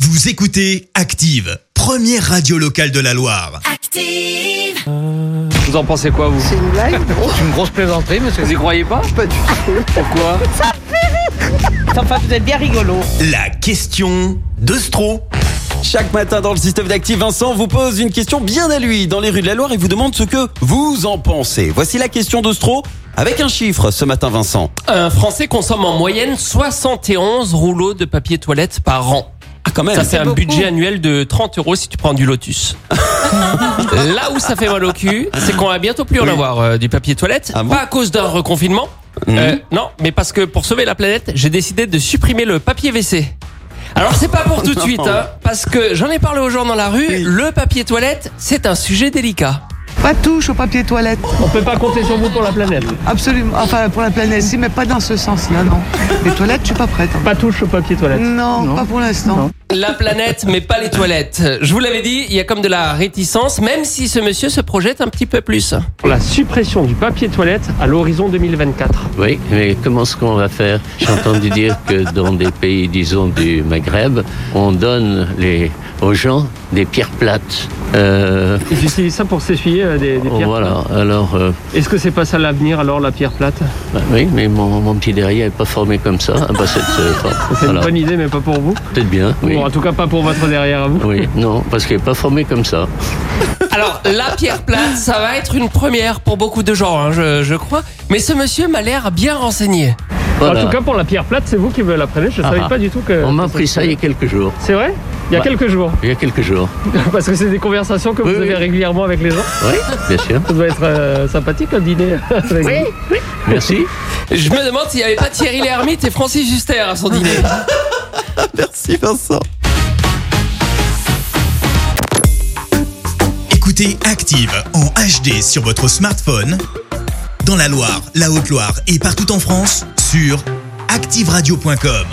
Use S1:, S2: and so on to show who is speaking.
S1: Vous écoutez Active, première radio locale de la Loire.
S2: Active.
S3: Vous en pensez quoi, vous
S4: C'est une blague
S3: C'est une grosse plaisanterie, monsieur. Vous y croyez pas
S4: Pas du tout.
S3: Pourquoi
S4: Enfin, vous êtes bien rigolo.
S1: La question de Stro.
S5: Chaque matin dans le système d'actifs, Vincent vous pose une question bien à lui dans les rues de la Loire et vous demande ce que vous en pensez. Voici la question d'Ostro avec un chiffre ce matin, Vincent.
S6: Un Français consomme en moyenne 71 rouleaux de papier toilette par an.
S5: Ah, quand même.
S6: Ça, c'est un budget annuel de 30 euros si tu prends du Lotus. Là où ça fait mal au cul, c'est qu'on va bientôt plus en avoir euh, du papier toilette.
S5: Ah bon
S6: pas à cause d'un reconfinement.
S3: Mmh.
S6: Euh, non, mais parce que pour sauver la planète, j'ai décidé de supprimer le papier WC. Alors c'est pas pour tout de suite, hein, parce que j'en ai parlé aux gens dans la rue, le papier toilette, c'est un sujet délicat.
S4: Pas touche au papier toilette.
S3: On peut pas compter sur vous pour la planète.
S4: Absolument. Enfin, pour la planète, si, mais pas dans ce sens-là, non. Les toilettes, je suis pas prête. hein.
S3: Pas touche au papier toilette.
S4: Non, pas pour l'instant.
S6: La planète, mais pas les toilettes. Je vous l'avais dit, il y a comme de la réticence, même si ce monsieur se projette un petit peu plus.
S3: La suppression du papier toilette à l'horizon 2024.
S7: Oui, mais comment est-ce qu'on va faire J'ai entendu dire que dans des pays, disons, du Maghreb, on donne les, aux gens des pierres plates. Euh,
S3: Ils utilisent ça pour s'essuyer euh, des, des pierres.
S7: voilà, alors, euh,
S3: Est-ce que c'est pas ça l'avenir, alors, la pierre plate
S7: bah oui, mais mon, mon petit derrière n'est pas formé comme ça. Ah bah, c'est euh, pas-
S3: C'est
S7: voilà.
S3: une bonne idée, mais pas pour vous.
S7: peut-être bien, oui.
S3: Ou en tout cas, pas pour votre derrière à vous.
S7: Oui, non, parce qu'il n'est pas formé comme ça.
S6: Alors, la pierre plate, ça va être une première pour beaucoup de gens, hein, je, je crois. Mais ce monsieur m'a l'air bien renseigné.
S7: Voilà.
S3: En tout cas, pour la pierre plate, c'est vous qui me l'apprenez. Je ne
S7: Ah
S3: savais
S7: ah.
S3: pas du tout que.
S7: on m'a appris ça il y a quelques jours.
S3: C'est vrai Il y a
S7: Bah.
S3: quelques jours.
S7: Il y a quelques jours.
S3: Parce que c'est des conversations que
S7: Oui,
S3: vous avez
S7: oui.
S3: régulièrement avec les gens.
S7: Oui, bien sûr.
S3: Ça doit être euh, sympathique un dîner. avec vous.
S7: Merci.
S6: Je me demande s'il n'y avait pas Thierry Lhermitte et Francis Huster à son dîner.
S5: Merci, Vincent.
S1: Écoutez Active en HD sur votre smartphone, dans la Loire, la Haute-Loire et partout en France, sur activeradio.com.